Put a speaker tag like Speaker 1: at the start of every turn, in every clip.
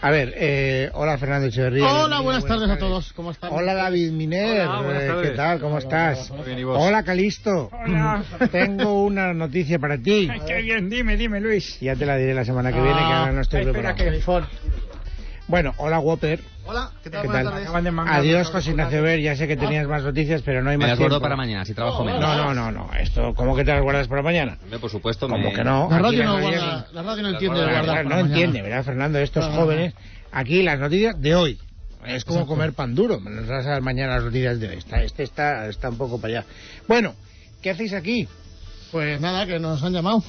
Speaker 1: A ver, eh, hola Fernando Echeverría. Eh,
Speaker 2: Hola, buenas, tardes, a todos. ¿Cómo están?
Speaker 1: Hola David Miner,
Speaker 3: Hola, buenas
Speaker 1: eh, ¿qué
Speaker 3: tardes.
Speaker 1: tal? ¿Cómo estás?
Speaker 3: Muy bien, ¿y vos?
Speaker 1: Hola Calisto.
Speaker 4: Hola.
Speaker 1: Tengo una noticia para ti.
Speaker 4: Ay, Qué bien, dime, dime, Luis. Ah,
Speaker 1: Ya te la diré la semana que viene, que ahora no estoy
Speaker 4: espera
Speaker 1: preparado.
Speaker 4: que
Speaker 2: iPhone.
Speaker 1: Bueno, hola Whopper.
Speaker 2: Hola, ¿qué tal?
Speaker 1: ¿Qué
Speaker 2: buenas
Speaker 1: tal?
Speaker 2: tardes.
Speaker 4: Acaban de mandar
Speaker 1: Adiós
Speaker 4: los
Speaker 1: José Ignacio Ver, ya sé que tenías más noticias, pero no hay
Speaker 5: Me
Speaker 1: más
Speaker 5: las guardo
Speaker 1: tiempo.
Speaker 5: para mañana, si trabajo menos.
Speaker 1: No, no, no, no. Esto, ¿cómo que te las guardas para mañana?
Speaker 5: Hombre, por supuesto,
Speaker 1: ¿Cómo
Speaker 5: me-
Speaker 1: que no?
Speaker 2: La
Speaker 1: Aquí
Speaker 2: radio
Speaker 1: las
Speaker 2: no
Speaker 1: noticias-
Speaker 2: guarda, la radio no
Speaker 5: Las
Speaker 2: entiende de
Speaker 1: Bueno,
Speaker 5: guarda,
Speaker 2: guardar
Speaker 1: la verdad,
Speaker 2: para
Speaker 1: no
Speaker 2: mañana.
Speaker 1: entiende, ¿verdad, Fernando? Estos
Speaker 2: No, no,
Speaker 1: jóvenes, aquí las noticias de hoy. Es como comer pan duro. Me las vas a dar mañana las noticias de hoy. Está, este está, está un poco para allá. Bueno, ¿qué hacéis aquí?
Speaker 2: Pues nada, que nos han llamado.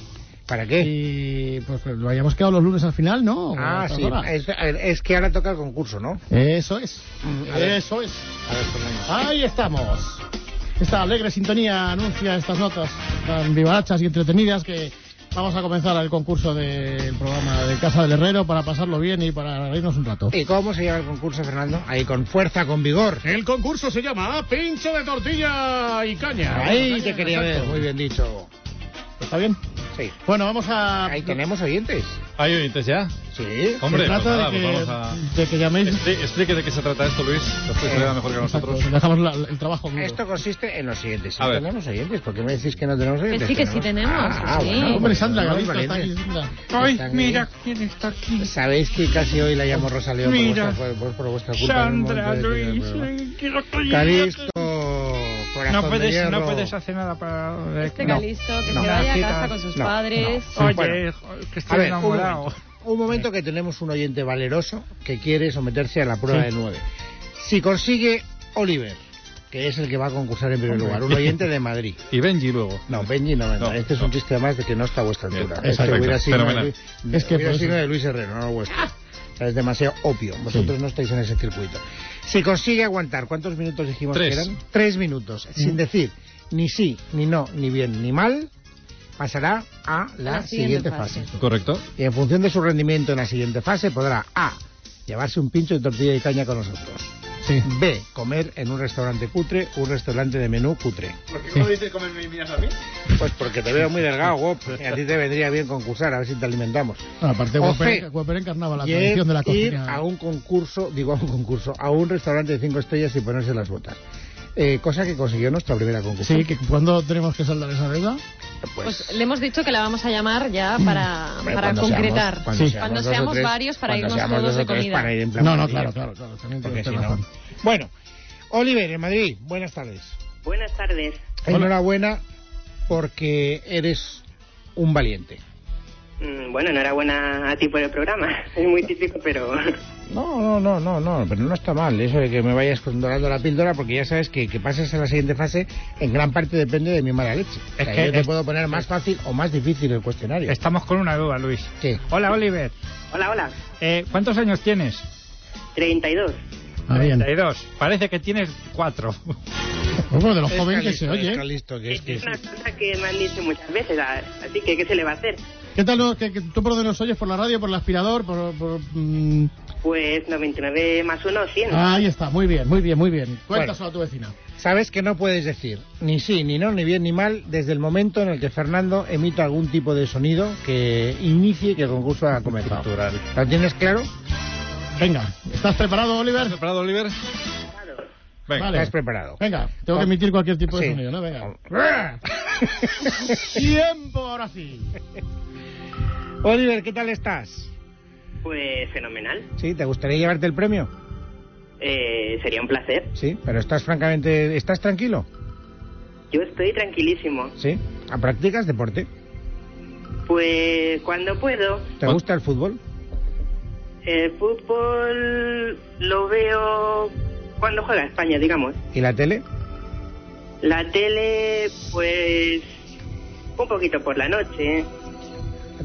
Speaker 1: ¿Para qué?
Speaker 2: Y pues, pues, lo hayamos quedado los lunes al final, ¿no?
Speaker 1: ah,
Speaker 2: Hasta
Speaker 1: sí.
Speaker 2: ahora.
Speaker 1: Es, a ver, es que ahora toca el concurso, ¿no?
Speaker 2: Eso es.
Speaker 1: Mm, a ver.
Speaker 2: Eso es.
Speaker 1: A ver, Fernando.
Speaker 2: Ahí estamos. Esta alegre sintonía anuncia estas notas tan vivarachas y entretenidas que vamos a comenzar el concurso del programa de Casa del Herrero para pasarlo bien y para reírnos un rato.
Speaker 1: ¿Y cómo se llama el concurso, Fernando? Ahí, con fuerza, con vigor.
Speaker 2: El concurso se llama Pincho de Tortilla y Caña.
Speaker 1: Ahí
Speaker 2: Bueno,
Speaker 1: te
Speaker 2: caña,
Speaker 1: quería ver.
Speaker 2: exacto.
Speaker 1: Muy bien dicho.
Speaker 2: ¿Está bien?
Speaker 1: Sí.
Speaker 2: Bueno, vamos a...
Speaker 1: Ahí tenemos oyentes.
Speaker 6: ¿Hay oyentes ya?
Speaker 1: Sí.
Speaker 6: Hombre,
Speaker 2: se
Speaker 6: pues
Speaker 2: trata
Speaker 6: nada,
Speaker 2: de,
Speaker 6: pues
Speaker 2: que,
Speaker 6: vamos a...
Speaker 2: de que llaméis...
Speaker 6: Expli- Explique de qué se trata esto, Luis. Lo puedes saber mejor que
Speaker 2: Exacto,
Speaker 6: nosotros.
Speaker 2: dejamos la- el trabajo duro.
Speaker 1: Esto consiste en lo siguiente. Si
Speaker 6: A ver.
Speaker 1: tenemos oyentes, ¿por qué me decís que no tenemos oyentes?
Speaker 7: Pues sí, que sí tenemos,
Speaker 1: Ah,
Speaker 7: sí.
Speaker 1: bueno,
Speaker 2: Hombre, Sandra,
Speaker 1: bueno,
Speaker 2: Galicia está aquí,
Speaker 1: valientes.
Speaker 2: Sandra.
Speaker 4: Ay,
Speaker 1: Están ahí.
Speaker 4: mira quién está aquí.
Speaker 1: Sabéis que casi hoy la llamo Rosa León por
Speaker 4: Mira.
Speaker 1: vuestra, por, por- por vuestra culpa. en un
Speaker 4: Sandra,
Speaker 1: momento de-
Speaker 4: Luis. eh, quiero que-
Speaker 1: Calisto, corazón
Speaker 4: No
Speaker 1: de
Speaker 4: puedes,
Speaker 1: hierro.
Speaker 4: no puedes hacer nada para. eh,
Speaker 7: Este
Speaker 1: No,
Speaker 7: Calisto, que
Speaker 1: no.
Speaker 7: se vaya a
Speaker 4: Quita.
Speaker 7: casa con sus
Speaker 1: No,
Speaker 7: padres.
Speaker 1: no.
Speaker 4: Oye,
Speaker 1: Bueno.
Speaker 4: joder, que
Speaker 1: A
Speaker 4: estoy
Speaker 1: ver, un
Speaker 4: enamorado.
Speaker 1: momento, un momento que tenemos un oyente valeroso que quiere someterse a la prueba de nueve. Si consigue Oliver, que es el que va a concursar en primer lugar, un oyente de Madrid.
Speaker 6: Y Benji luego.
Speaker 1: No, Benji no venga.
Speaker 6: No,
Speaker 1: este es
Speaker 6: no.
Speaker 1: un chiste más de que no está a vuestra
Speaker 6: Bien,
Speaker 1: altura.
Speaker 6: perfecto,
Speaker 1: Este hubiera sido,
Speaker 6: fenomenal.
Speaker 1: de, Luis-
Speaker 2: Es que
Speaker 1: hubiera
Speaker 4: pues
Speaker 2: por
Speaker 1: sido
Speaker 2: eso-
Speaker 1: de Luis Herrero, no vuestro. O sea, es demasiado opio. Vosotros no estáis en ese circuito. Si consigue aguantar, ¿cuántos minutos dijimos
Speaker 6: Tres.
Speaker 1: que eran? Tres minutos, sin decir ni sí, ni no, ni bien, ni mal, pasará a la,
Speaker 7: La siguiente
Speaker 1: fase.
Speaker 7: fase.
Speaker 6: Correcto.
Speaker 1: Y en función de su rendimiento en la siguiente fase podrá A. Llevarse un pincho de tortilla de caña con nosotros.
Speaker 2: Sí.
Speaker 1: B. Comer en un restaurante cutre, un restaurante de menú cutre.
Speaker 2: ¿Por qué cómo dices comer miras a mí?
Speaker 1: Pues porque te veo muy delgado, Wop. Y a ti te vendría bien concursar, a ver si te alimentamos.
Speaker 2: aparte,
Speaker 1: O
Speaker 2: Guaper,
Speaker 1: fe.
Speaker 2: Guaper encarnaba la
Speaker 1: Y
Speaker 2: tradición de la
Speaker 1: ir
Speaker 2: cocina.
Speaker 1: a un concurso, digo a un concurso, a un restaurante de cinco estrellas y ponerse las botas. Eh, cosa que consiguió nuestra primera concurso.
Speaker 2: Sí, que cuando tenemos que saldar esa deuda.
Speaker 7: Pues le hemos dicho que la vamos a llamar ya para,
Speaker 1: hombre,
Speaker 7: para
Speaker 1: cuando
Speaker 7: concretar.
Speaker 1: seamos- cuando
Speaker 2: Sí.
Speaker 1: seamos
Speaker 7: Cuando
Speaker 1: dos o
Speaker 7: seamos
Speaker 1: tres,
Speaker 7: varios para
Speaker 1: cuando
Speaker 7: irnos
Speaker 1: seamos
Speaker 7: todos
Speaker 1: dos o
Speaker 7: de
Speaker 1: tres
Speaker 7: comida.
Speaker 1: para ir en plan
Speaker 2: No, no,
Speaker 1: pandilla.
Speaker 2: claro, claro, claro. También
Speaker 1: Porque
Speaker 2: tienes
Speaker 1: si no-
Speaker 2: razón.
Speaker 1: Bueno, Oliver, en Madrid, buenas tardes.
Speaker 8: Buenas tardes.
Speaker 1: Enhorabuena porque eres un valiente.
Speaker 8: Mm, Bueno, enhorabuena a ti por el programa. Es muy típico, pero
Speaker 1: No, no, no, no, no, pero no está mal eso de que me vayas condorando la píldora porque ya sabes que que pases a la siguiente fase en gran parte depende de mi mala leche.
Speaker 4: Es
Speaker 1: O sea,
Speaker 4: que
Speaker 1: yo te
Speaker 4: es-
Speaker 1: puedo poner más fácil o más difícil el cuestionario.
Speaker 4: Estamos con una duda, Luis.
Speaker 1: ¿Qué?
Speaker 4: Hola, Oliver.
Speaker 8: Hola, hola.
Speaker 4: Eh, ¿Cuántos años tienes?
Speaker 8: 32.
Speaker 2: Ah, bien.
Speaker 4: 32. Parece que tienes 4.
Speaker 2: Bueno, de los
Speaker 1: Es
Speaker 2: jóvenes que
Speaker 1: Calisto,
Speaker 2: se
Speaker 1: es
Speaker 2: oye. ¿eh?
Speaker 1: Calisto, que es que-
Speaker 8: Es una cosa que me han dicho muchas veces, a- así que ¿qué se le va a hacer?
Speaker 2: ¿Qué tal lo- que, que tú por donde nos oyes? ¿Por la radio, por el aspirador? Por, por, mm,
Speaker 8: Pues 99 más 1, 100.
Speaker 2: Ahí está, muy bien, muy bien, muy bien.
Speaker 1: Bueno.
Speaker 2: Cuéntaselo a tu vecina.
Speaker 1: Sabes que no puedes decir ni sí, ni no, ni bien, ni mal desde el momento en el que Fernando emita algún tipo de sonido que inicie que el concurso ha comenzado.
Speaker 6: Cultural.
Speaker 1: ¿Lo tienes claro?
Speaker 2: Venga, ¿estás preparado,
Speaker 6: ¿Estás
Speaker 2: Oliver?
Speaker 6: preparado, Oliver? Venga.
Speaker 2: Vale.
Speaker 1: ¿Estás preparado?
Speaker 2: Venga, tengo que emitir cualquier tipo de
Speaker 1: Sí.
Speaker 2: sonido, ¿no? Venga. Tiempo, ahora sí.
Speaker 1: Oliver, ¿qué tal estás?
Speaker 8: Pues fenomenal.
Speaker 1: Sí, ¿te gustaría llevarte el premio?
Speaker 8: Eh, sería un placer.
Speaker 1: Sí, pero estás francamente, ¿estás tranquilo?
Speaker 8: Yo estoy tranquilísimo.
Speaker 1: Sí. ¿A- ¿Practicas deporte?
Speaker 8: Pues cuando puedo,
Speaker 1: ¿Te
Speaker 6: Cu-
Speaker 1: gusta el fútbol?
Speaker 8: el fútbol lo veo cuando juega España, digamos.
Speaker 1: ¿Y la tele?
Speaker 8: La tele, pues un poquito por la noche.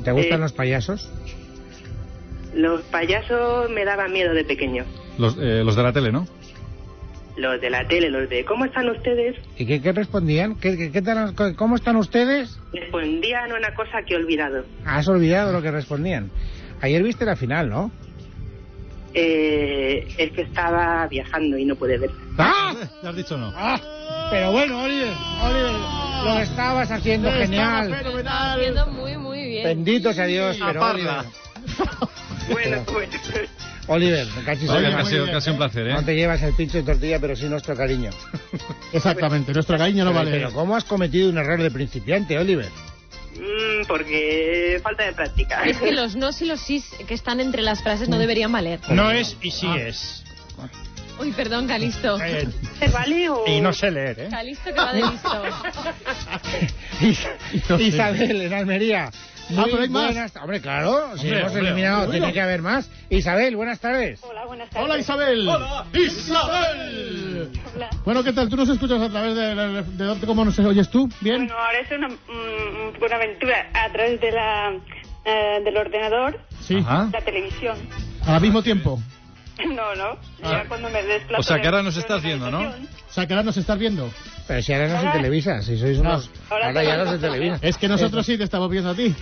Speaker 1: ¿Te gustan
Speaker 8: Eh.
Speaker 1: los payasos?
Speaker 8: Los payasos me daban miedo de pequeño.
Speaker 6: Los, eh, los de la tele, ¿no?
Speaker 8: Los de la tele, los de ¿cómo están ustedes?
Speaker 1: ¿Y qué, qué respondían? ¿Qué, qué- qué tal- ¿Cómo están ustedes?
Speaker 8: Respondían una cosa que he olvidado.
Speaker 1: Has olvidado lo que respondían. Ayer viste la final, ¿no?
Speaker 8: Eh, es que estaba viajando y no pude ver.
Speaker 1: ¡Ah!
Speaker 6: ¿Te has dicho no?
Speaker 1: ¡Ah! Pero bueno, Oliver, Oliver, lo estabas haciendo
Speaker 2: Estaba
Speaker 1: genial.
Speaker 2: fenomenal.
Speaker 7: Haciendo muy, muy bien.
Speaker 1: Bendito sea Dios, pero Oliver,
Speaker 8: Bueno, bueno.
Speaker 1: Oliver, casi
Speaker 6: Oiga,
Speaker 1: soy
Speaker 6: que ha
Speaker 1: yo.
Speaker 6: sido casi un placer,
Speaker 1: No te
Speaker 6: ¿eh?
Speaker 1: llevas el pincho de tortilla, pero sí nuestro cariño.
Speaker 2: Exactamente, nuestro cariño no
Speaker 1: Pero-
Speaker 2: vale.
Speaker 1: Pero ¿cómo has cometido un error de principiante, Oliver?
Speaker 8: Mm, porque falta de práctica.
Speaker 7: Es que los nos y los sís que están entre las frases
Speaker 1: Mm.
Speaker 7: no deberían valer.
Speaker 4: No es y
Speaker 2: Ah.
Speaker 4: sí es.
Speaker 7: Uy, perdón, Calisto.
Speaker 4: Eh,
Speaker 8: ¿Vale o...?
Speaker 4: y no sé leer, ¿eh?
Speaker 7: Calisto que va de listo.
Speaker 1: Is-
Speaker 2: No sé.
Speaker 1: Isabel, en Almería. Muy
Speaker 2: Ah, pero hay más.
Speaker 1: buenas- Hombre, claro, si
Speaker 4: Hombre,
Speaker 1: hemos
Speaker 4: hombre,
Speaker 1: eliminado,
Speaker 4: hombre.
Speaker 1: tiene que haber más. Isabel, buenas tardes.
Speaker 3: Hola, buenas tardes.
Speaker 2: Hola Isabel.
Speaker 6: Isabel.
Speaker 3: Hola.
Speaker 2: Bueno, ¿qué tal? ¿Tú nos escuchas a través de, de- de dónde- cómo nos oyes tú? ¿Bien?
Speaker 3: Bueno, ahora es una, mm, una aventura a través de la, eh, del ordenador,
Speaker 2: Sí.
Speaker 6: Ajá.
Speaker 3: la televisión.
Speaker 2: Al mismo tiempo.
Speaker 3: No, no.
Speaker 6: Ah.
Speaker 3: Ya cuando me desplazo.
Speaker 6: O sea,
Speaker 3: de-
Speaker 6: que ahora nos
Speaker 3: de
Speaker 6: estás
Speaker 3: una
Speaker 6: viendo, ¿no?
Speaker 3: habitación,
Speaker 2: O sea, que ahora nos estás viendo.
Speaker 1: Pero si ahora no se
Speaker 3: Hola.
Speaker 1: televisa, si sois unos...
Speaker 3: No. Hola,
Speaker 1: Ahora ya no se
Speaker 3: hola.
Speaker 1: televisa.
Speaker 2: Es que nosotros sí te estamos viendo a ti.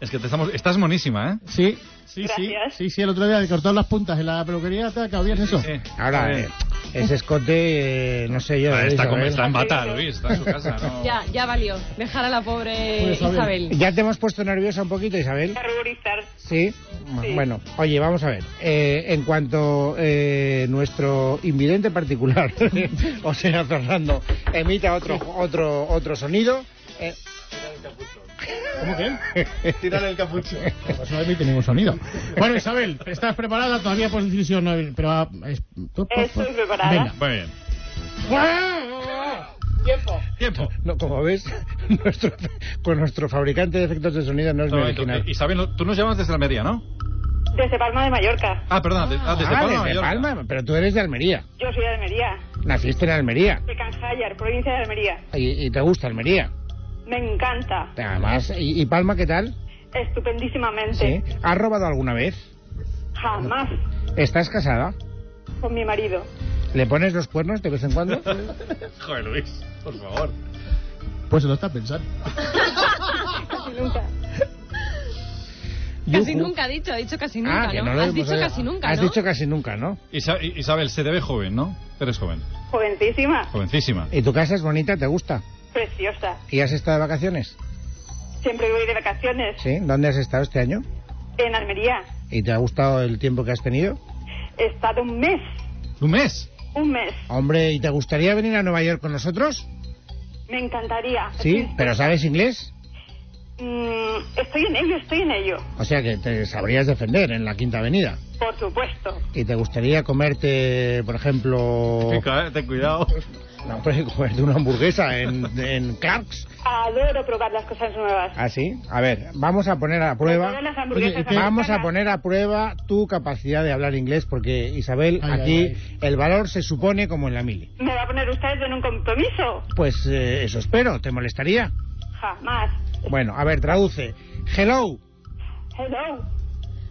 Speaker 6: Es que te estamos... estás monísima, ¿eh?
Speaker 2: Sí. Sí, sí.
Speaker 3: Gracias.
Speaker 2: Sí, sí, el otro día de cortar las puntas en la peluquería te acabías eso.
Speaker 6: Sí.
Speaker 1: Ahora,
Speaker 6: Bien.
Speaker 1: eh, ese escote, eh, no sé yo.
Speaker 6: Ah,
Speaker 1: eh,
Speaker 6: está, como-
Speaker 1: Isabel.
Speaker 6: está en bata, Luis, está en su casa, ¿no?
Speaker 7: Ya, ya valió. Dejar a la pobre
Speaker 2: Pues, a ver.
Speaker 7: Isabel.
Speaker 1: ¿Ya te hemos puesto nerviosa un poquito, Isabel?
Speaker 3: a ruborizar.
Speaker 1: Sí.
Speaker 3: Sí.
Speaker 1: Bueno, oye, vamos a ver. Eh, en cuanto eh, nuestro invidente particular, o sea, Fernando, emita otro otro otro sonido. eh,
Speaker 2: ¿Cómo que?
Speaker 6: Tírale el capucho.
Speaker 2: Pues no hay ni ningún sonido. Bueno, Isabel, ¿estás preparada? Todavía por decisión no hay- pero... ah, es- pues,
Speaker 3: Estoy preparada.
Speaker 2: Venga.
Speaker 6: Muy bien.
Speaker 3: Tiempo.
Speaker 6: Tiempo.
Speaker 1: no, como ves, nuestro- con nuestro fabricante de efectos de sonido no es mi
Speaker 6: Un momento.
Speaker 1: original.
Speaker 6: Eh, Isabel, no- tú nos llamas desde Almería, ¿no?
Speaker 3: Desde Palma de Mallorca.
Speaker 6: Ah, perdona, de- ah, desde
Speaker 1: ah,
Speaker 6: Palma.
Speaker 1: desde
Speaker 6: Mallorca.
Speaker 1: Palma, pero tú eres de Almería.
Speaker 3: Yo soy de Almería.
Speaker 1: Naciste en Almería.
Speaker 3: De Canjallar, provincia de Almería.
Speaker 1: Y, y te gusta Almería.
Speaker 3: Me encanta.
Speaker 1: Además, ¿y, y Palma qué tal?
Speaker 3: Estupendísimamente.
Speaker 1: Sí. ¿Has robado alguna vez?
Speaker 3: Jamás
Speaker 1: ¿Estás casada?
Speaker 3: con mi marido.
Speaker 1: ¿Le pones los cuernos de vez en cuando?
Speaker 6: Joder, Luis, por favor.
Speaker 2: Pues se lo está pensando.
Speaker 3: Casi nunca.
Speaker 7: Casi
Speaker 1: Yujú.
Speaker 7: nunca ha dicho, ha dicho casi
Speaker 1: Ah,
Speaker 7: nunca,
Speaker 1: que
Speaker 7: ¿no?
Speaker 1: no lo
Speaker 7: Has
Speaker 1: hemos
Speaker 7: dicho
Speaker 1: oído.
Speaker 7: casi nunca,
Speaker 1: Has
Speaker 7: ¿no?
Speaker 1: dicho casi nunca, ¿no?
Speaker 6: Isa- I- Isabel, se te ve joven, ¿no? Eres joven.
Speaker 3: Jovencísima.
Speaker 6: Jovencísima.
Speaker 1: ¿Y tu casa es bonita? ¿Te gusta?
Speaker 3: Preciosa.
Speaker 1: ¿Y has estado de vacaciones?
Speaker 3: Siempre voy de vacaciones.
Speaker 1: ¿Sí? ¿Dónde has estado este año?
Speaker 3: En Almería.
Speaker 1: ¿Y te ha gustado el tiempo que has tenido?
Speaker 3: He estado un mes.
Speaker 6: ¿Un mes?
Speaker 3: Un mes.
Speaker 1: Hombre, ¿y te gustaría venir a Nueva York con nosotros?
Speaker 3: Me encantaría.
Speaker 1: Sí, pero ¿sabes inglés?
Speaker 3: Mm, estoy en ello, estoy en ello.
Speaker 1: O sea que te sabrías defender en la Quinta Avenida.
Speaker 3: Por supuesto.
Speaker 1: ¿Y te gustaría comerte, por ejemplo...
Speaker 6: Pica, eh, ten cuidado.
Speaker 1: No, hombre, comerte una hamburguesa en, en Clark's?
Speaker 3: Adoro probar las cosas nuevas.
Speaker 1: ¿Ah, sí? A ver, vamos a poner a prueba...
Speaker 3: Todas las hamburguesas
Speaker 2: Oye, ¿y qué-
Speaker 3: americanas.
Speaker 1: Vamos a poner a prueba tu capacidad de hablar inglés porque, Isabel,
Speaker 2: Ay, ay,
Speaker 1: aquí
Speaker 2: ay.
Speaker 1: el valor se supone como en la mili.
Speaker 3: ¿Me va a poner usted en un compromiso?
Speaker 1: Pues eh, eso espero, ¿te molestaría?
Speaker 3: Jamás.
Speaker 1: Bueno, a ver, traduce. Hello,
Speaker 3: Hello.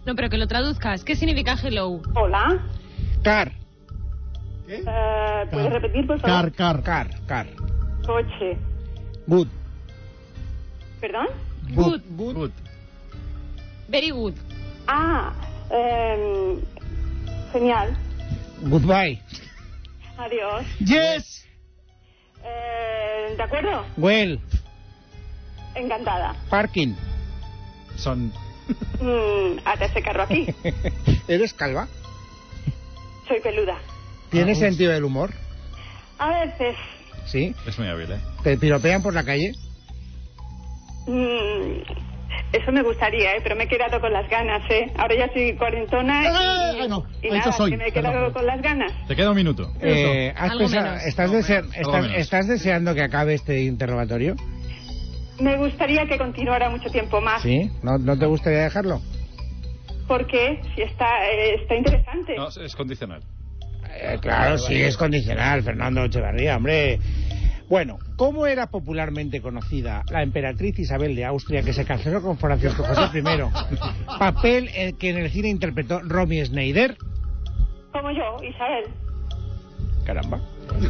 Speaker 7: No, pero que lo traduzcas. ¿Qué significa hello?
Speaker 3: Hola.
Speaker 1: car,
Speaker 3: Eh, ¿Puedes repetir, por favor?
Speaker 2: Car, car.
Speaker 1: car, car.
Speaker 3: Coche.
Speaker 1: Good,
Speaker 3: ¿Perdón?
Speaker 7: Good.
Speaker 6: Good.
Speaker 7: Very good.
Speaker 3: Ah. em, genial.
Speaker 1: goodbye.
Speaker 3: Adiós.
Speaker 2: Yes.
Speaker 3: Eh, ¿De acuerdo?
Speaker 1: Well,
Speaker 3: Encantada.
Speaker 1: parking.
Speaker 6: Son.
Speaker 3: Mm, ata ese carro aquí.
Speaker 1: ¿Eres calva?
Speaker 3: Soy peluda.
Speaker 6: Ah,
Speaker 1: ¿Tienes sentido del humor?
Speaker 3: A veces.
Speaker 1: ¿Sí?
Speaker 6: Es muy hábil, ¿eh?
Speaker 1: ¿Te piropean por la calle?
Speaker 3: mm, eso me gustaría, ¿eh? pero me he quedado con las ganas. ¿eh? Ahora ya soy cuarentona
Speaker 2: Ah,
Speaker 3: y,
Speaker 2: ah, no.
Speaker 3: y
Speaker 2: Ha dicho
Speaker 3: nada,
Speaker 2: soy.
Speaker 3: que me he quedado
Speaker 2: Perdón.
Speaker 3: con las ganas.
Speaker 6: Te queda un minuto.
Speaker 1: Eh, ¿has
Speaker 7: Algo
Speaker 1: pensado-
Speaker 7: menos.
Speaker 1: ¿estás,
Speaker 6: No,
Speaker 1: desea-
Speaker 6: menos, algo
Speaker 1: estás,
Speaker 6: menos.
Speaker 1: estás deseando que acabe este interrogatorio?
Speaker 3: Me gustaría que continuara mucho tiempo
Speaker 7: Ah.
Speaker 3: más,
Speaker 1: ¿Sí? ¿No, no te gustaría dejarlo?
Speaker 3: porque si está, eh, está interesante.
Speaker 6: No, es- es condicional. Ah,
Speaker 1: Eh, claro, sí, es condicional, Fernando Echevarría, hombre. Bueno, ¿cómo era popularmente conocida la emperatriz Isabel de Austria que se casó con Francisco José I? Papel el que en el cine interpretó Romy Schneider.
Speaker 3: Como yo, Isabel.
Speaker 1: Caramba.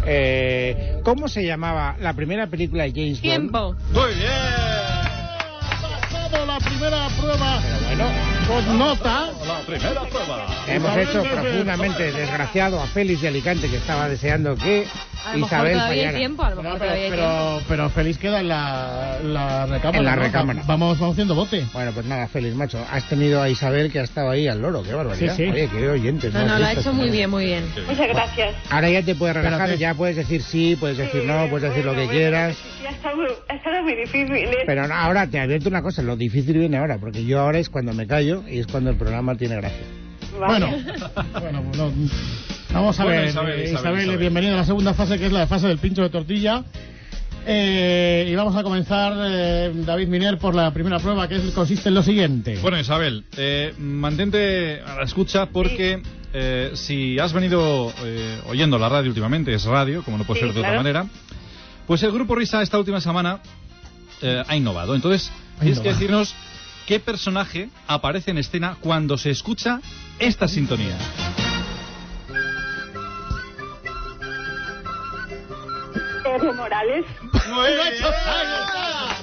Speaker 1: Eh, ¿Cómo se llamaba la primera película de James Bond?
Speaker 7: Tiempo.
Speaker 6: Muy bien.
Speaker 2: Ha pasado la primera prueba.
Speaker 1: Pero bueno,
Speaker 2: con nota.
Speaker 6: La primera prueba.
Speaker 1: Hemos
Speaker 2: Isabel
Speaker 1: hecho
Speaker 2: López.
Speaker 1: profundamente desgraciado a Félix de Alicante, que estaba deseando que
Speaker 7: A lo mejor
Speaker 1: Isabel
Speaker 7: todavía hay
Speaker 1: fallara.
Speaker 7: tiempo, a lo
Speaker 2: Pero,
Speaker 7: mejor
Speaker 2: pero,
Speaker 7: todavía hay tiempo.
Speaker 2: pero, pero Félix queda en la, la recámara.
Speaker 1: En la
Speaker 2: ¿no?
Speaker 1: recámara.
Speaker 2: Vamos, vamos haciendo bote.
Speaker 1: Bueno, pues nada, Félix, macho. Has tenido a Isabel que ha estado ahí al loro, qué barbaridad.
Speaker 2: Sí, sí.
Speaker 1: Oye, qué oyentes.
Speaker 7: No,
Speaker 1: más
Speaker 7: no, lo ha
Speaker 1: listos
Speaker 7: hecho muy
Speaker 1: tenemos.
Speaker 7: bien, muy bien.
Speaker 3: Muchas gracias.
Speaker 1: Ahora ya te puedes relajar,
Speaker 2: Espérate.
Speaker 1: ya puedes decir sí, puedes decir no, puedes decir lo que
Speaker 3: Bueno,
Speaker 1: quieras.
Speaker 3: bueno, sí, ha, estado, ha estado muy difícil. ¿eh?
Speaker 1: Pero no, ahora te advierto una cosa, lo difícil viene ahora, porque yo ahora es cuando me callo y es cuando el programa tiene gracia.
Speaker 3: Vale.
Speaker 2: Bueno, bueno, pues no. Vamos a
Speaker 6: Bueno,
Speaker 2: ver,
Speaker 6: Isabel,
Speaker 2: eh, Isabel,
Speaker 6: Isabel, Isabel.
Speaker 2: bienvenido a la segunda fase, que es la fase del pincho de tortilla. Eh, y vamos a comenzar, eh, David Miner, por la primera prueba, que es- consiste en lo siguiente.
Speaker 6: Bueno, Isabel, eh, mantente a la escucha porque eh, si has venido eh, oyendo la radio últimamente, es radio, como no puede
Speaker 3: Sí,
Speaker 6: ser de
Speaker 3: claro.
Speaker 6: otra manera, pues el Grupo Risa esta última semana eh, ha innovado. Entonces, tienes que
Speaker 2: innovado.
Speaker 6: decirnos qué personaje aparece en escena cuando se escucha esta sintonía.
Speaker 3: Evo Morales.
Speaker 2: ¡Lo ha hecho! ¡Ah!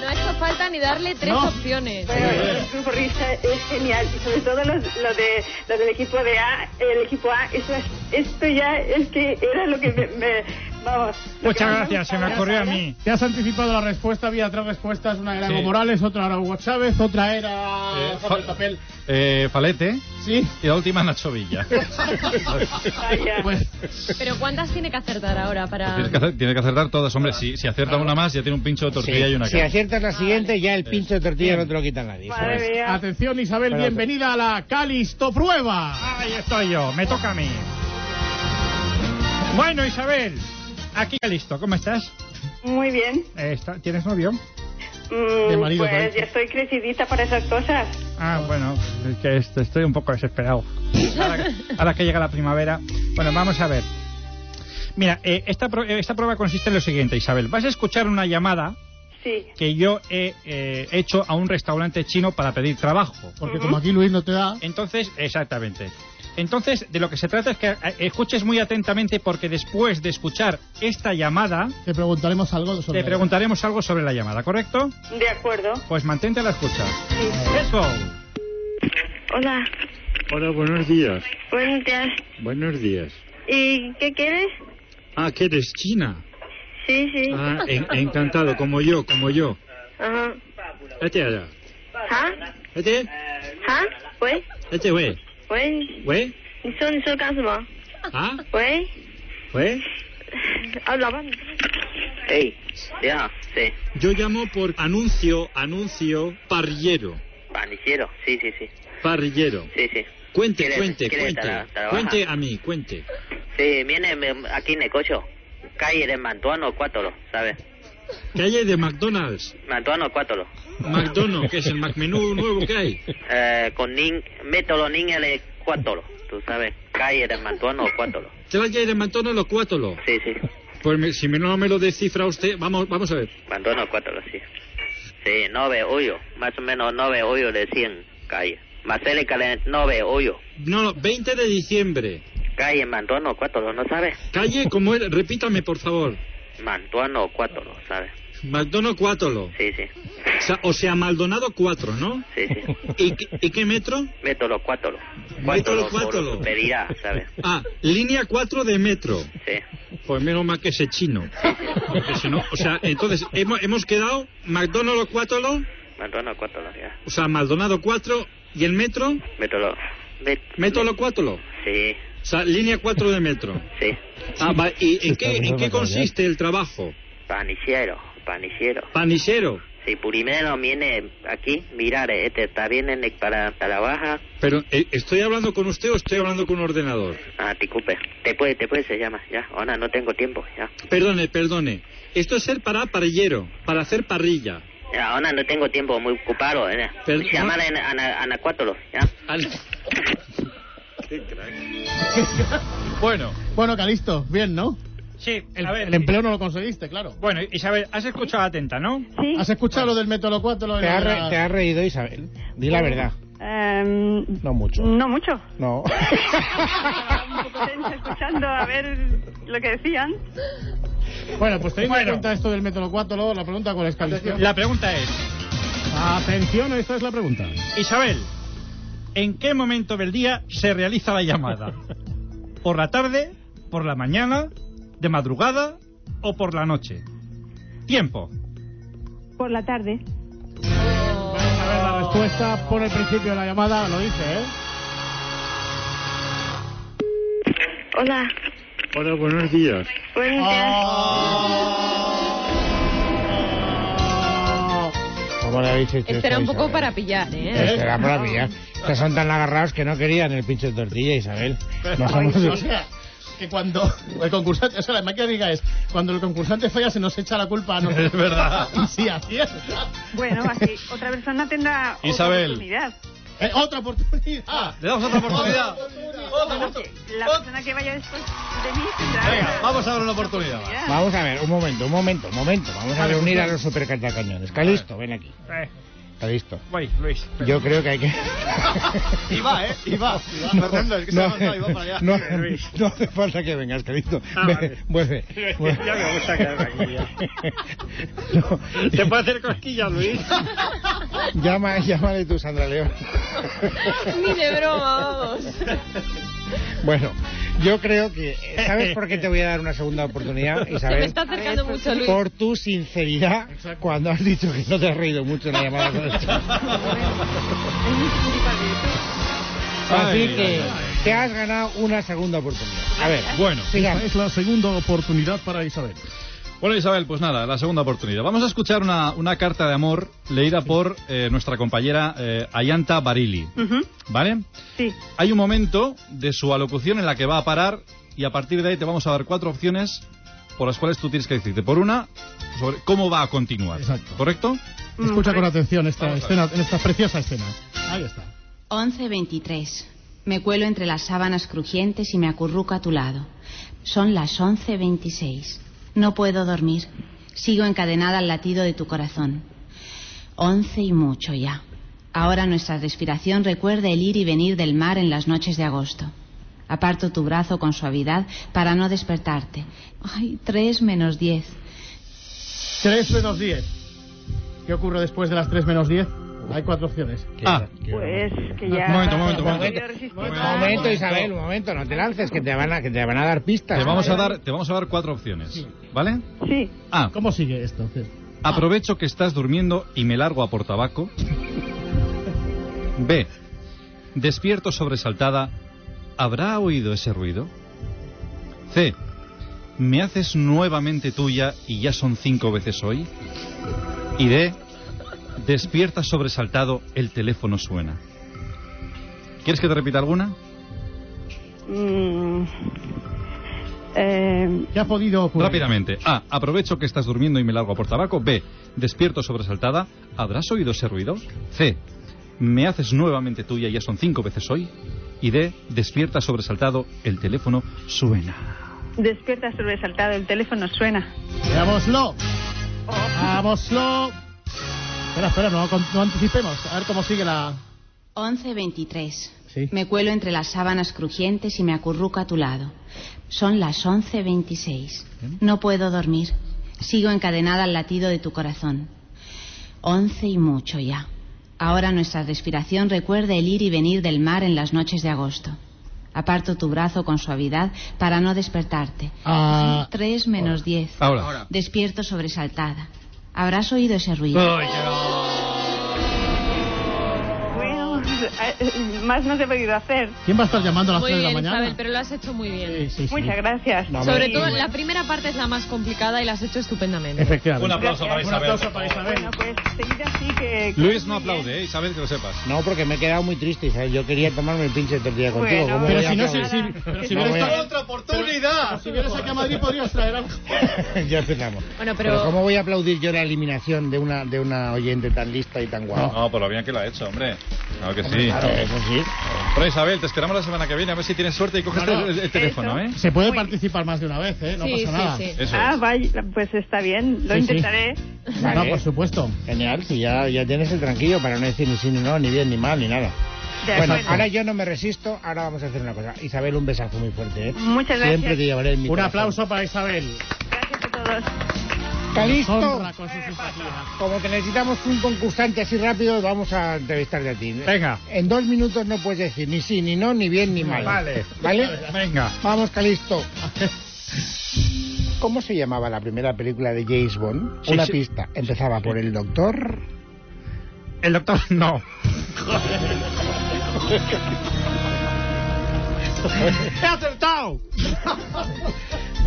Speaker 7: No ha hecho falta ni darle tres
Speaker 2: No.
Speaker 7: opciones.
Speaker 3: Bueno, el grupo Risa es genial y sobre todo los, lo de, lo del equipo de A, el equipo A, eso es- esto ya es que era lo que me, me- vamos. lo que
Speaker 4: Muchas
Speaker 3: más
Speaker 4: gracias, se me
Speaker 3: gustaba.
Speaker 4: ocurrió a mí.
Speaker 2: Te has anticipado la respuesta, había tres respuestas, una era
Speaker 6: Sí.
Speaker 2: Evo Morales, otra era Hugo Chávez, otra era
Speaker 6: Eh,
Speaker 2: Jorge
Speaker 6: fa-
Speaker 2: Papel.
Speaker 6: eh, Falete
Speaker 2: Sí.
Speaker 6: y la última Nacho Villa.
Speaker 3: Vaya.
Speaker 2: Pues
Speaker 7: Pero ¿cuántas tiene que acertar ahora para...?
Speaker 6: Tienes que, hacer- tiene que acertar todas, hombre. Si, si acierta una más, ya tiene un pincho de tortilla
Speaker 1: Sí,
Speaker 6: y una
Speaker 1: si
Speaker 6: cara.
Speaker 1: aciertas la siguiente, ya el pincho de tortilla no te lo quita nadie.
Speaker 3: Madre
Speaker 1: ¿sabes?
Speaker 3: mía.
Speaker 2: atención Isabel,
Speaker 1: Espérate.
Speaker 2: bienvenida a la Calisto Prueba.
Speaker 4: Ahí estoy yo, me toca a mí. Bueno, Isabel, aquí ya listo, ¿cómo estás?
Speaker 3: Muy bien.
Speaker 4: Eh, está- ¿Tienes novio?
Speaker 3: Mm,
Speaker 2: De marido,
Speaker 3: pues
Speaker 2: parece.
Speaker 3: ya estoy crecidita para esas cosas.
Speaker 4: Ah, bueno, es que est- estoy un poco desesperado. Ahora, ahora que llega la primavera. Bueno, vamos a ver. Mira, eh, esta, pro- eh, esta prueba consiste en lo siguiente, Isabel. Vas a escuchar una llamada
Speaker 3: Sí.
Speaker 4: que yo he eh, hecho a un restaurante chino para pedir trabajo.
Speaker 2: Porque como aquí Luis no te da...
Speaker 4: Entonces, exactamente. Entonces, de lo que se trata es que eh, escuches muy atentamente porque después de escuchar esta llamada,
Speaker 2: Te preguntaremos algo sobre
Speaker 4: te preguntaremos algo sobre la llamada, ¿correcto?
Speaker 3: De acuerdo.
Speaker 4: Pues mantente a la escucha. Let's go.
Speaker 3: Hola.
Speaker 5: Hola, buenos días.
Speaker 3: Buenos días.
Speaker 5: Buenos días.
Speaker 3: ¿Y qué quieres?
Speaker 5: Ah, que eres china.
Speaker 3: Sí, sí.
Speaker 5: Ah, en- encantado, como yo, como yo.
Speaker 3: Ajá.
Speaker 5: Vete allá.
Speaker 3: ¿Ah?
Speaker 5: Vete,
Speaker 3: ¿Ah? pues. ¿Wey?
Speaker 5: vete, este güey.
Speaker 3: ¿Wey?
Speaker 5: Güey,
Speaker 3: 你说你说干什么？
Speaker 5: ah,
Speaker 3: 喂，
Speaker 5: güey.
Speaker 3: 啊，老板，你
Speaker 9: Ey, ya, sí,
Speaker 5: Yo llamo por anuncio, anuncio, parrillero.
Speaker 9: pandillero, sí, sí, sí,
Speaker 5: Parrillero.
Speaker 9: sí, sí.
Speaker 5: Cuente,
Speaker 9: ¿Quieres-
Speaker 5: cuente,
Speaker 9: quieres
Speaker 5: cuente.
Speaker 9: tra- trabajar?
Speaker 5: Cuente a mí, cuente.
Speaker 9: Sí, viene mm, aquí en Necocho, calle de Mantuano Cuátolo, ¿sabes?
Speaker 5: Calle de McDonald's.
Speaker 9: Mantuano Cuátolo,
Speaker 5: McDonald's, que es el McMenú nuevo que hay.
Speaker 9: eh, con nin, método Ningele Cuátolo, tú sabes, calle de Mantuano Cuátolo,
Speaker 5: Calle de McDonald's o Cuátolo.
Speaker 9: sí, sí,
Speaker 5: Pues me- si no me lo descifra usted, vamos, vamos a ver.
Speaker 9: Mantuano Cuátolo, sí. Sí, nove hoyo, más o menos nove hoyo de 100 calle. Más cerca de nove hoyo,
Speaker 5: No, 20 de diciembre.
Speaker 9: calle Mantuano Cuátolo, ¿no sabes?
Speaker 5: Calle, como es? Repítame, por favor.
Speaker 9: Mantuano Cuátolo, ¿sabes?
Speaker 5: Maldonado Cuátolo.
Speaker 9: Sí, sí,
Speaker 5: O sea, o sea, Maldonado 4, ¿no?
Speaker 9: sí, sí.
Speaker 5: ¿Y, qué- y qué metro?
Speaker 9: Métolo Cuátolo.
Speaker 5: Métolo,
Speaker 9: Cuátolo
Speaker 5: cuátolo.
Speaker 9: por Perirá, ¿sabes?
Speaker 5: Ah, línea 4 de metro.
Speaker 9: Sí.
Speaker 5: Pues menos mal que ese chino. Porque si no, o sea, entonces, hemos, hemos quedado Maldonado Cuátolo,
Speaker 9: Maldonado Cuátolo, ya.
Speaker 5: o sea, Maldonado 4 y el metro,
Speaker 9: Métolo. Met-
Speaker 5: Métolo Cuátolo.
Speaker 9: Sí,
Speaker 5: O sea, línea 4 de metro.
Speaker 9: sí.
Speaker 5: Ah, va, ¿y en qué, en qué consiste el trabajo?
Speaker 9: Paniciero, paniciero.
Speaker 5: Panicero.
Speaker 9: Sí, primero viene aquí, mirar, este está bien en el- para trabajar.
Speaker 5: Pero, eh, ¿estoy hablando con usted o estoy hablando con un ordenador?
Speaker 9: Ah, disculpe. Te puede, te puede, se llama, ya. Ahora no tengo tiempo, ya.
Speaker 5: Perdone, perdone. Esto es ser para parrillero, para hacer parrilla.
Speaker 9: Ya, ahora no tengo tiempo, muy ocupado. ¿eh?
Speaker 5: Pero-
Speaker 9: Llamar en Ana, Ana Cuátolo, ya.
Speaker 5: Al-
Speaker 6: Bueno,
Speaker 2: Bueno, Calisto, bien, ¿no?
Speaker 4: Sí,
Speaker 2: El,
Speaker 4: a ver.
Speaker 2: el empleo no lo conseguiste, claro.
Speaker 4: Bueno, Isabel, has escuchado atenta, ¿no?
Speaker 3: Sí.
Speaker 2: ¿Has escuchado lo del método 4? Lo de
Speaker 1: ¿Te has,
Speaker 2: la-
Speaker 1: re- te has reído, Isabel? Di la verdad.
Speaker 3: Em,
Speaker 1: No mucho.
Speaker 3: No mucho.
Speaker 1: No.
Speaker 3: Estaba un poco tensa escuchando a ver lo que decían.
Speaker 2: Bueno, pues teniendo en
Speaker 4: Bueno.
Speaker 2: cuenta esto del método 4, la pregunta cuál es, Calisto.
Speaker 4: La pregunta es,
Speaker 2: Atención, esta es la pregunta.
Speaker 4: Isabel, ¿En qué momento del día se realiza la llamada? ¿Por la tarde? ¿Por la mañana? ¿De madrugada? ¿O por la noche? Tiempo.
Speaker 3: Por la tarde.
Speaker 2: Vamos a ver la respuesta por el principio de la llamada, lo dice, ¿eh?
Speaker 3: Hola,
Speaker 5: Hola, buenos días.
Speaker 3: buenos días.
Speaker 2: Ah.
Speaker 1: ¿Cómo le habéis hecho
Speaker 7: Espera
Speaker 1: esto,
Speaker 7: un poco
Speaker 1: Isabel?
Speaker 7: para pillar, ¿eh?
Speaker 1: Esto era para pillar. Estos son tan agarrados que no querían el pinche de tortilla, Isabel. No somos...
Speaker 2: Pues, O sea, que cuando el concursante, o sea, la máquina diga es, cuando el concursante falla se nos echa la culpa a nosotros.
Speaker 6: Es verdad.
Speaker 2: Y sí, así es.
Speaker 3: Bueno, así otra persona tendrá
Speaker 6: Isabel.
Speaker 3: otra oportunidad.
Speaker 2: Eh, otra oportunidad.
Speaker 6: Le damos otra oportunidad. Otra
Speaker 3: La
Speaker 6: oportunidad.
Speaker 3: persona que vaya después de mí tendrá
Speaker 6: Venga,
Speaker 3: otra-
Speaker 6: vamos a dar una oportunidad.
Speaker 3: oportunidad.
Speaker 1: Vamos a ver, un momento, un momento, un momento. Vamos a reunir a los supercantacañones. Calisto, ven aquí.
Speaker 4: Eh,
Speaker 1: Calisto.
Speaker 4: voy, Luis.
Speaker 1: Yo creo que hay que...
Speaker 6: Y va, ¿eh? Y va. Fernando, es que se ha levantado y va para allá.
Speaker 1: no, no hace falta que vengas, Calisto.
Speaker 4: Ah,
Speaker 1: Ve,
Speaker 4: vale.
Speaker 1: Vuelve. vuelve.
Speaker 4: Ya me gusta quedarme aquí,
Speaker 1: No,
Speaker 4: ¿Te puede hacer cosquillas, Luis?
Speaker 1: llama, llámale tú, Sandra León.
Speaker 7: Ni de broma, vamos.
Speaker 1: Bueno, yo creo que... ¿Sabes por qué te voy a dar una segunda oportunidad,
Speaker 7: Se me
Speaker 1: Isabel?
Speaker 7: está acercando mucho, Luis.
Speaker 1: Por tu sinceridad cuando has dicho que no te has reído mucho en la llamada con el chat. Así que te has ganado una segunda oportunidad. A ver,
Speaker 6: Bueno.
Speaker 1: sigamos.
Speaker 2: Esta es la segunda oportunidad para Isabel.
Speaker 6: Bueno, Isabel, pues nada, la segunda oportunidad. Vamos a escuchar una, una carta de amor leída por eh, nuestra compañera eh, Ayanta Barili.
Speaker 3: Ujú,
Speaker 6: ¿Vale?
Speaker 3: Sí,
Speaker 6: Hay un momento de su alocución en la que va a parar y a partir de ahí te vamos a dar cuatro opciones por las cuales tú tienes que decirte. Por una, sobre cómo va a continuar.
Speaker 2: Exacto.
Speaker 6: ¿Correcto?
Speaker 7: Mm,
Speaker 2: Escucha con atención esta
Speaker 6: Vamos a
Speaker 2: escena, en esta preciosa escena. Ahí está.
Speaker 10: 11.23. Me cuelo entre las sábanas crujientes y me acurruco a tu lado. Son las 11.26. No puedo dormir. Sigo encadenada al latido de tu corazón. 11 y mucho ya. Ahora nuestra respiración recuerda el ir y venir del mar en las noches de agosto. Aparto tu brazo con suavidad para no despertarte. Ay, tres menos diez.
Speaker 2: 3 menos 10. ¿Qué ocurre después de las 3 menos 10? Hay cuatro opciones.
Speaker 6: Ah,
Speaker 3: pues que ya.
Speaker 6: Un momento, un momento, un
Speaker 3: no he
Speaker 6: momento.
Speaker 3: podido resistir
Speaker 1: Un
Speaker 3: más.
Speaker 1: momento, Isabel, un momento, no te lances, que te van a, que te van a dar pistas.
Speaker 6: te vamos a dar, te vamos a dar cuatro opciones. ¿Vale?
Speaker 3: Sí,
Speaker 6: A.
Speaker 2: Ah. ¿Cómo sigue esto? Sí.
Speaker 6: Aprovecho que estás durmiendo y me largo a por tabaco. B. Despierto sobresaltada. ¿Habrá oído ese ruido? C. Me haces nuevamente tuya y ya son cinco veces hoy. Y D. Despierta sobresaltado, el teléfono suena. ¿Quieres que te repita alguna?
Speaker 3: Mm, eh,
Speaker 2: ¿Qué ha podido ocurrir?
Speaker 6: Rápidamente. A. Aprovecho que estás durmiendo y me largo a por tabaco. B. Despierto sobresaltada. ¿Habrás oído ese ruido? C. Me haces nuevamente tuya, ya son cinco veces hoy. Y D. Despierta sobresaltado. El teléfono suena.
Speaker 3: despierta sobresaltado, el teléfono suena.
Speaker 2: Veámoslo. Veámoslo. Espera, espera, no, con- no anticipemos. A ver cómo sigue la.
Speaker 10: 11.23.
Speaker 2: Sí.
Speaker 10: Me cuelo entre las sábanas crujientes y me acurruco a tu lado. Son las 11.26. No puedo dormir. Sigo encadenada al latido de tu corazón. 11 y mucho ya. Ahora nuestra respiración recuerda el ir y venir del mar en las noches de agosto. Aparto tu brazo con suavidad para no despertarte.
Speaker 2: Ah.
Speaker 10: 3 menos 10.
Speaker 6: Ahora.
Speaker 10: Despierto sobresaltada. ¿Habrás oído ese ruido?
Speaker 3: Bueno, eh, más no te he podido hacer.
Speaker 2: ¿Quién va a estar llamando a las
Speaker 7: Muy
Speaker 2: 3 de la
Speaker 7: bien,
Speaker 2: mañana?
Speaker 7: Isabel, pero lo has hecho muy bien.
Speaker 2: Sí, sí, sí.
Speaker 3: Muchas gracias.
Speaker 1: No,
Speaker 7: Sobre
Speaker 3: Y-
Speaker 7: todo, la primera parte es la más complicada y la has hecho estupendamente.
Speaker 2: Efectivamente.
Speaker 6: Un aplauso para
Speaker 3: Gracias.
Speaker 6: Isabel.
Speaker 2: Un aplauso para Isabel.
Speaker 3: Bueno, pues seguid así que... que
Speaker 6: Luis no
Speaker 3: muy bien.
Speaker 6: aplaude, ¿eh? Isabel, que lo sepas.
Speaker 1: No, porque me he quedado muy triste, Isabel. Yo quería tomarme el pinche de tortilla contigo.
Speaker 3: Bueno,
Speaker 1: ¿Cómo
Speaker 2: Pero
Speaker 1: voy a
Speaker 2: si no, si,
Speaker 1: aplaudir?
Speaker 2: si,
Speaker 3: aplaudir.
Speaker 2: pero si
Speaker 1: No
Speaker 2: hubieras
Speaker 1: voy a-
Speaker 2: estado- oportunidad. Si vienes aquí a Madrid podrías traer algo.
Speaker 1: ya empezamos.
Speaker 7: Bueno, pero-
Speaker 1: ¿cómo voy a aplaudir yo la eliminación de una, de una oyente tan lista y tan guapa?
Speaker 6: por lo bien que lo ha hecho, hombre. Claro que sí.
Speaker 1: Ah. Claro, eso sí.
Speaker 6: Pero Isabel, te esperamos la semana que viene a ver si tienes suerte y coges
Speaker 2: Claro.
Speaker 6: el, el teléfono, ¿eh?
Speaker 3: Eso.
Speaker 2: Se puede participar más de una vez, ¿eh? No
Speaker 7: sí,
Speaker 2: pasa nada.
Speaker 7: sí, sí.
Speaker 6: Eso
Speaker 3: Ah,
Speaker 6: es.
Speaker 3: vaya, pues está bien, lo
Speaker 2: Sí, sí.
Speaker 3: intentaré.
Speaker 2: No,
Speaker 1: Vale.
Speaker 2: por supuesto.
Speaker 1: Genial, si ya, ya tienes el tranquillo para no decir ni sí ni no, ni bien ni mal, ni nada.
Speaker 3: De
Speaker 1: bueno,
Speaker 3: acuerdo.
Speaker 1: ahora yo no me resisto, ahora vamos a hacer una cosa. Isabel, un besazo muy fuerte, ¿eh?
Speaker 3: Muchas gracias.
Speaker 1: Siempre te llevaré en mi
Speaker 2: Un
Speaker 1: corazón.
Speaker 2: aplauso para Isabel.
Speaker 3: Gracias a todos.
Speaker 1: ¿Está listo?
Speaker 2: Honra con sus simpatías.
Speaker 1: Como que necesitamos un concursante así rápido, vamos a entrevistarte a ti.
Speaker 4: Venga.
Speaker 1: En dos minutos no puedes decir ni sí, ni no, ni bien, ni mal.
Speaker 4: Vale.
Speaker 1: ¿Vale?
Speaker 4: Venga.
Speaker 1: Vamos, Calisto. ¿Cómo se llamaba la primera película de James Bond?
Speaker 4: Sí,
Speaker 1: Una
Speaker 4: sí.
Speaker 1: pista. Empezaba por el doctor.
Speaker 4: El doctor no. ¡He acertado!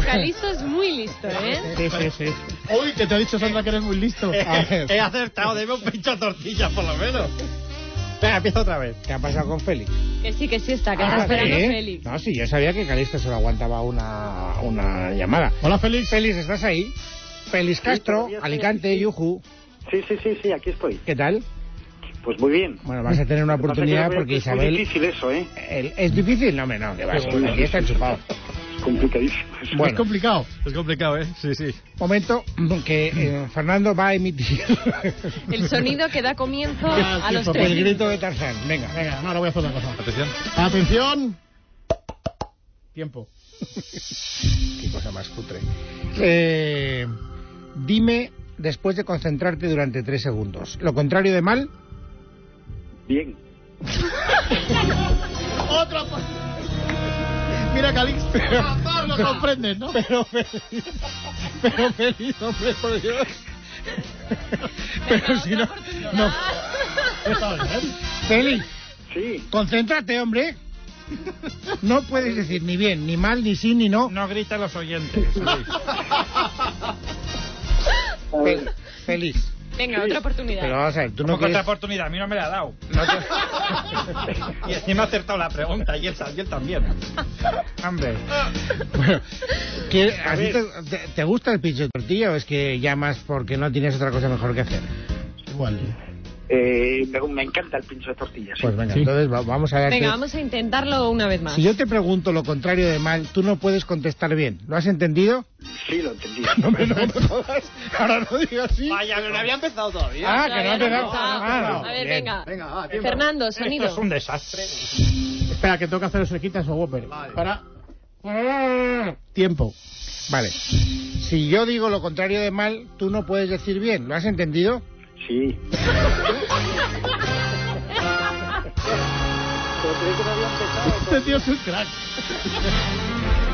Speaker 7: Calisto es muy listo, ¿eh?
Speaker 1: Sí, sí, sí.
Speaker 2: Uy, que te ha dicho Sandra que eres muy listo.
Speaker 1: A ver.
Speaker 4: He acertado, debe un pincho de tortilla por lo menos. Venga, empieza otra vez.
Speaker 1: ¿Qué ha pasado con Félix?
Speaker 7: Que sí, que sí está, que está
Speaker 1: Ah,
Speaker 7: esperando
Speaker 1: ¿eh?
Speaker 7: Félix.
Speaker 1: No, sí, yo sabía que Calisto solo aguantaba una, una llamada.
Speaker 2: Hola, Félix.
Speaker 1: Félix, ¿estás ahí? Félix Castro,
Speaker 11: todavía estoy
Speaker 1: Alicante,
Speaker 11: aquí.
Speaker 1: Yuju.
Speaker 11: Sí, sí, sí, sí, aquí estoy.
Speaker 1: ¿Qué tal?
Speaker 11: Pues muy bien.
Speaker 1: Bueno, vas a tener una
Speaker 11: Lo que pasa es que
Speaker 1: oportunidad
Speaker 11: no veo
Speaker 1: porque
Speaker 11: que es muy
Speaker 1: Isabel...
Speaker 11: difícil eso, ¿eh?
Speaker 1: El- ¿Es difícil? No, hombre, no, que vas,
Speaker 11: Pero-
Speaker 1: aquí está enchufado.
Speaker 11: Es complicadísimo.
Speaker 2: Es
Speaker 1: Bueno,
Speaker 2: complicado.
Speaker 6: Es complicado, ¿eh? Sí, sí.
Speaker 1: momento que eh, Fernando va a emitir
Speaker 7: El sonido que da comienzo
Speaker 2: Ah,
Speaker 7: a
Speaker 2: sí,
Speaker 7: los
Speaker 2: papá,
Speaker 7: tres.
Speaker 1: el grito de Tarzán. Venga, venga.
Speaker 2: Venga, ahora voy a hacer una cosa.
Speaker 6: Atención.
Speaker 2: Atención. Tiempo.
Speaker 1: Qué cosa más cutre. Eh, dime, después de concentrarte durante tres segundos, lo contrario de mal...
Speaker 11: Bien.
Speaker 2: Otra pa- Mira, Calix, lo comprendes, ¿no?
Speaker 1: Pero feliz, pero feliz, hombre, por Dios. Pero si no, no.
Speaker 2: Está bien.
Speaker 1: Félix,
Speaker 11: Sí.
Speaker 1: concéntrate, hombre. No puedes decir ni bien, ni mal, ni sí, ni no.
Speaker 4: No gritan los oyentes.
Speaker 11: A ver,
Speaker 1: Fel- feliz.
Speaker 7: Venga, otra
Speaker 1: Pero
Speaker 7: oportunidad.
Speaker 1: vamos a ver, tú no
Speaker 4: Como que otra
Speaker 1: quieres...
Speaker 4: oportunidad, a mí no me la ha dado.
Speaker 1: no te-
Speaker 4: Y encima ha acertado la pregunta, y él, ta- y él también. Hombre.
Speaker 1: Bueno, ¿qué- a ti te, te- te gusta el pincho de tortilla o es que llamas porque no tienes otra cosa mejor que hacer?
Speaker 2: Igual.
Speaker 11: eh, me, me encanta el pincho de tortilla. sí.
Speaker 1: Pues venga,
Speaker 2: Sí.
Speaker 1: entonces va- vamos a ver.
Speaker 7: Venga, vamos a intentarlo una vez más.
Speaker 1: Si yo te pregunto lo contrario de mal, tú no puedes contestar bien. ¿Lo has entendido?
Speaker 11: Sí, lo entendí.
Speaker 1: No me, no me jodas. Ahora no digas sí.
Speaker 4: Vaya, no había empezado todavía.
Speaker 1: Ah, que no
Speaker 7: Todavía
Speaker 1: ha pegado.
Speaker 7: hemos dado.
Speaker 1: Ah, no.
Speaker 7: A ver,
Speaker 1: Bien.
Speaker 7: venga.
Speaker 2: Venga, ah, tiempo.
Speaker 7: Fernando,
Speaker 4: Esto
Speaker 7: sonido.
Speaker 4: es un desastre.
Speaker 2: Espera, que tengo que hacer el cerquita a su Whopper. Para. Tiempo.
Speaker 1: Vale. Si yo digo lo contrario de mal, tú no puedes decir bien. ¿Lo has entendido?
Speaker 11: Sí. Pero creí que no había empezado.
Speaker 2: Este tío es un crack.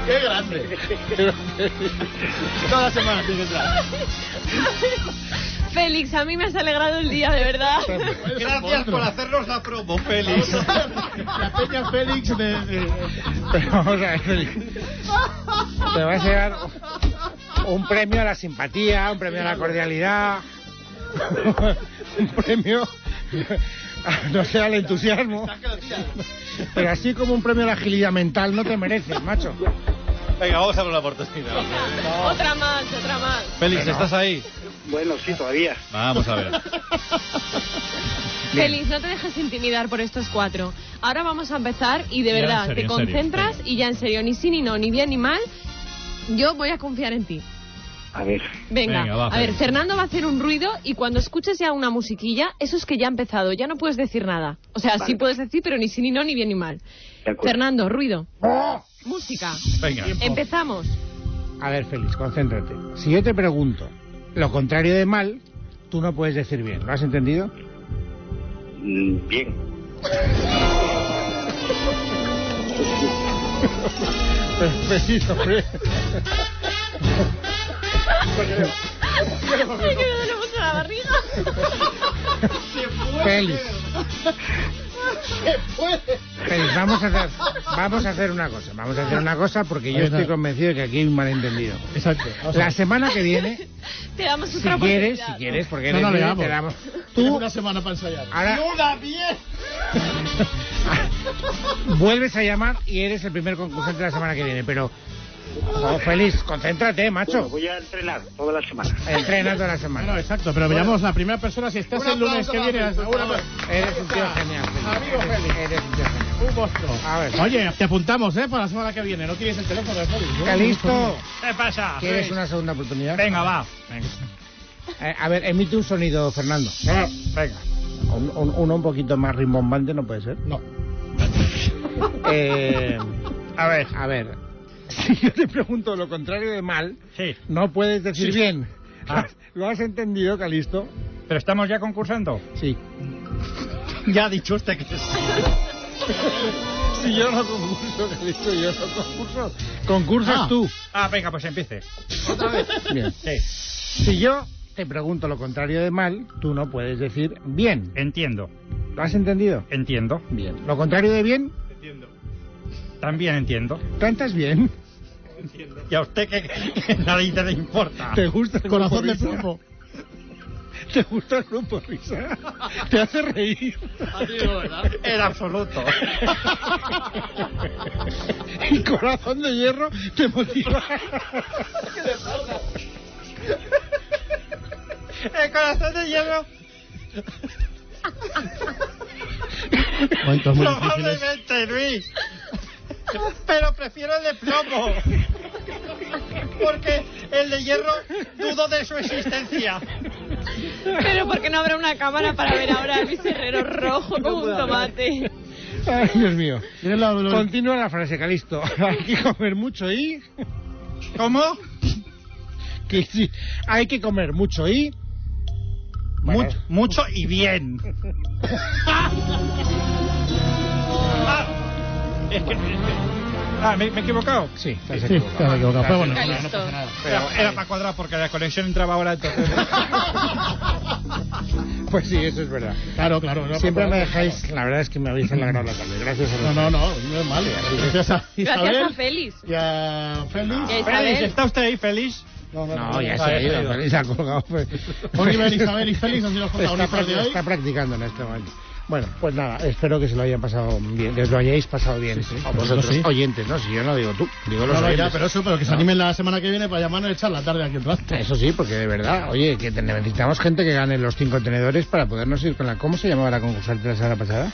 Speaker 2: Qué grande. Toda la semana tiene que entrar.
Speaker 7: Félix, a mí me has alegrado el día, de verdad.
Speaker 4: Gracias por hacernos la promo, Félix.
Speaker 2: La peña Félix de. de-
Speaker 1: Pero vamos a ver. Te vas a llevar un premio a la simpatía, un premio a la cordialidad, un premio, a- no sé, al entusiasmo. Pero así como un premio a la agilidad mental no te mereces, macho.
Speaker 6: Venga, vamos a ver la oportunidad.
Speaker 7: Otra más, otra más.
Speaker 6: Félix, ¿estás ahí?
Speaker 11: Bueno, sí, todavía.
Speaker 6: Vamos a ver.
Speaker 1: Bien.
Speaker 7: Félix, no te dejes intimidar por estos cuatro. Ahora vamos a empezar y de
Speaker 6: Ya, en
Speaker 7: verdad,
Speaker 6: serio,
Speaker 7: te
Speaker 6: en serio,
Speaker 7: concentras y ya en serio, ni sí ni no, ni bien ni mal, yo voy a confiar en ti.
Speaker 11: A ver.
Speaker 7: Venga,
Speaker 6: Venga, va,
Speaker 7: a ver,
Speaker 6: Félix.
Speaker 7: Fernando va a hacer un ruido y cuando escuches ya una musiquilla, eso es que ya ha empezado, ya no puedes decir nada. O sea, sí
Speaker 11: Vale.
Speaker 7: puedes decir, pero ni sí ni no, ni bien ni mal.
Speaker 11: De acuerdo. Oh.
Speaker 7: Fernando, ruido. Música.
Speaker 6: Venga.
Speaker 7: Empezamos.
Speaker 1: A ver, Félix, concéntrate. Si yo te pregunto lo contrario de mal, tú no puedes decir bien. ¿Lo has entendido?
Speaker 11: Mm, Bien.
Speaker 1: Félix, hombre.
Speaker 7: Me he quedado loco en la barriga.
Speaker 1: Félix. Félix, vamos a hacer, vamos a hacer una cosa, vamos a hacer una cosa porque yo
Speaker 2: Ahí está.
Speaker 1: estoy convencido de que aquí hay un malentendido.
Speaker 2: Exacto. vamos a
Speaker 1: La
Speaker 2: ver.
Speaker 1: semana que viene,
Speaker 7: Te damos
Speaker 1: si
Speaker 7: otra
Speaker 1: quieres,
Speaker 7: oportunidad.
Speaker 1: si quieres, porque
Speaker 2: No,
Speaker 1: eres
Speaker 2: no, le
Speaker 1: libre,
Speaker 2: damos.
Speaker 1: te damos.
Speaker 2: Tengo
Speaker 1: Tú
Speaker 2: una semana para ensayar.
Speaker 1: ahora vuelves a llamar y eres el primer concursante la semana que viene, pero oh, Félix, concéntrate,
Speaker 11: Bueno,
Speaker 1: macho.
Speaker 11: voy a entrenar toda la semana.
Speaker 1: Entrena toda la
Speaker 2: Bueno,
Speaker 1: semana.
Speaker 2: exacto, pero veamos la primera persona si estás
Speaker 1: Un
Speaker 2: el lunes
Speaker 1: aplauso
Speaker 2: que
Speaker 1: para
Speaker 2: viene.
Speaker 1: Félix, por
Speaker 2: una-
Speaker 1: favor. Eres un tío genial, Félix.
Speaker 2: Amigo
Speaker 1: Eres-
Speaker 2: Félix.
Speaker 1: Eres un tío genial.
Speaker 2: Un monstruo.
Speaker 1: A ver.
Speaker 2: Oye, te apuntamos, ¿eh? Para la semana que viene. No tienes el teléfono de Félix. ¿no? Ah,
Speaker 1: Calisto,
Speaker 4: ¿Qué pasa?
Speaker 1: ¿quieres una segunda oportunidad?
Speaker 4: Venga, va. Venga.
Speaker 1: Eh, a ver, emite un sonido, Fernando.
Speaker 4: Ah, Venga.
Speaker 1: Un- un- uno un poquito más rimbombante no puede ser.
Speaker 2: No.
Speaker 1: Eh,
Speaker 4: A ver.
Speaker 1: a ver, si yo te pregunto lo contrario de mal,
Speaker 4: Sí. Ah.
Speaker 1: no puedes decir bien. ¿Lo has entendido, Calisto?
Speaker 4: ¿Pero estamos ya concursando?
Speaker 1: Sí.
Speaker 2: Ya ha dicho usted que sí.
Speaker 1: Si yo no concurso, Calisto, yo no concurso. Concursas
Speaker 4: Ah.
Speaker 1: tú.
Speaker 4: Ah, venga, pues empiece.
Speaker 2: Otra vez.
Speaker 1: Bien. Si yo te pregunto lo contrario de mal, tú no puedes decir bien.
Speaker 4: Entiendo,
Speaker 1: ¿Lo has entendido?
Speaker 4: entiendo.
Speaker 1: Bien. ¿Lo contrario de bien?
Speaker 4: También entiendo.
Speaker 1: ¿Cantas bien?
Speaker 4: ¿Y a usted qué, qué nadita le importa?
Speaker 1: ¿Te gusta el
Speaker 2: Corazón
Speaker 1: grupo
Speaker 2: de
Speaker 1: Risa?
Speaker 2: pulpo.
Speaker 1: ¿Te gusta el grupo risa? ¿Te hace reír?
Speaker 4: En absoluto.
Speaker 1: El corazón de hierro te motiva.
Speaker 4: El corazón de hierro
Speaker 2: Momentos muy difíciles.
Speaker 4: Probablemente, Luis. Pero prefiero el de plomo. Porque el de hierro dudo de su existencia.
Speaker 7: Pero porque no habrá una cámara para ver ahora a Luis Herrero rojo como un tomate.
Speaker 1: Ay, Dios mío.
Speaker 2: Mira la- lo-
Speaker 1: Continúa la frase, Calisto. Hay que comer mucho y...
Speaker 4: ¿Cómo?
Speaker 1: Que sí, hay que comer mucho y... Bueno,
Speaker 4: Mucho, mucho y bien. Ah, es que- ah, me, me he equivocado.
Speaker 1: Sí, te has
Speaker 2: Sí,
Speaker 1: equivocado.
Speaker 2: te has equivocado, pero bueno.
Speaker 7: Calisto.
Speaker 4: Era, era para cuadrar porque la conexión entraba ahora entonces.
Speaker 1: Pues sí, eso es verdad.
Speaker 2: Claro, claro. no,
Speaker 1: Siempre
Speaker 2: por
Speaker 1: me
Speaker 2: favor.
Speaker 1: dejáis, la verdad es que me habéis alegrado la tarde. Gracias a
Speaker 2: No,
Speaker 1: los
Speaker 2: no, no, no es mal. Gracias a
Speaker 7: Gracias a
Speaker 2: Isabel
Speaker 7: Félix.
Speaker 2: y a Félix.
Speaker 7: Y a
Speaker 4: Félix,
Speaker 7: Isabel.
Speaker 4: ¿está usted ahí feliz?
Speaker 1: No, ya se ha
Speaker 4: Vale,
Speaker 1: ido, Félix se ha colgado. pues.
Speaker 2: Oliver, Isabel y Félix han sido los
Speaker 1: está,
Speaker 2: protagonistas de
Speaker 1: práctica-
Speaker 2: hoy.
Speaker 1: está practicando en este momento. Bueno, pues nada, espero que se lo hayan pasado bien, que os lo hayáis pasado bien.
Speaker 2: Sí, sí.
Speaker 1: A vosotros,
Speaker 2: Sí.
Speaker 1: oyentes, ¿no? Si yo no digo tú, digo los
Speaker 2: No, no, ya,
Speaker 1: oyentes.
Speaker 2: pero eso, pero que se animen la semana que viene para llamarnos y echar la tarde aquí un rato.
Speaker 1: Eso sí, porque de verdad, oye, que te- necesitamos gente que gane los cinco tenedores para podernos ir con la... ¿Cómo se llamaba la concursante la semana pasada?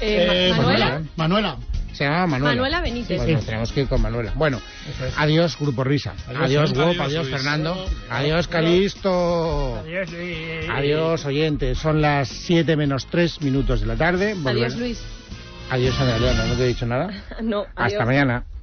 Speaker 7: Eh,
Speaker 2: Eh,
Speaker 7: Ma- Manuela.
Speaker 2: Manuela.
Speaker 1: Se llamaba Manuela.
Speaker 7: Manuela Benítez.
Speaker 1: Pues nos tenemos que ir con Manuela. Bueno,
Speaker 2: Eso es.
Speaker 1: adiós Grupo Risa. Adiós,
Speaker 2: Adiós,
Speaker 1: Wop,
Speaker 5: adiós,
Speaker 1: adiós
Speaker 5: Luis.
Speaker 1: Fernando. Adiós Calisto.
Speaker 4: Adiós, Luis.
Speaker 1: Adiós oyentes. Son las 7 menos 3 minutos de la tarde. Volver-
Speaker 7: Adiós, Luis.
Speaker 1: Adiós Ana Leona, no te he dicho nada.
Speaker 7: No,
Speaker 1: Hasta
Speaker 7: adiós.
Speaker 1: mañana.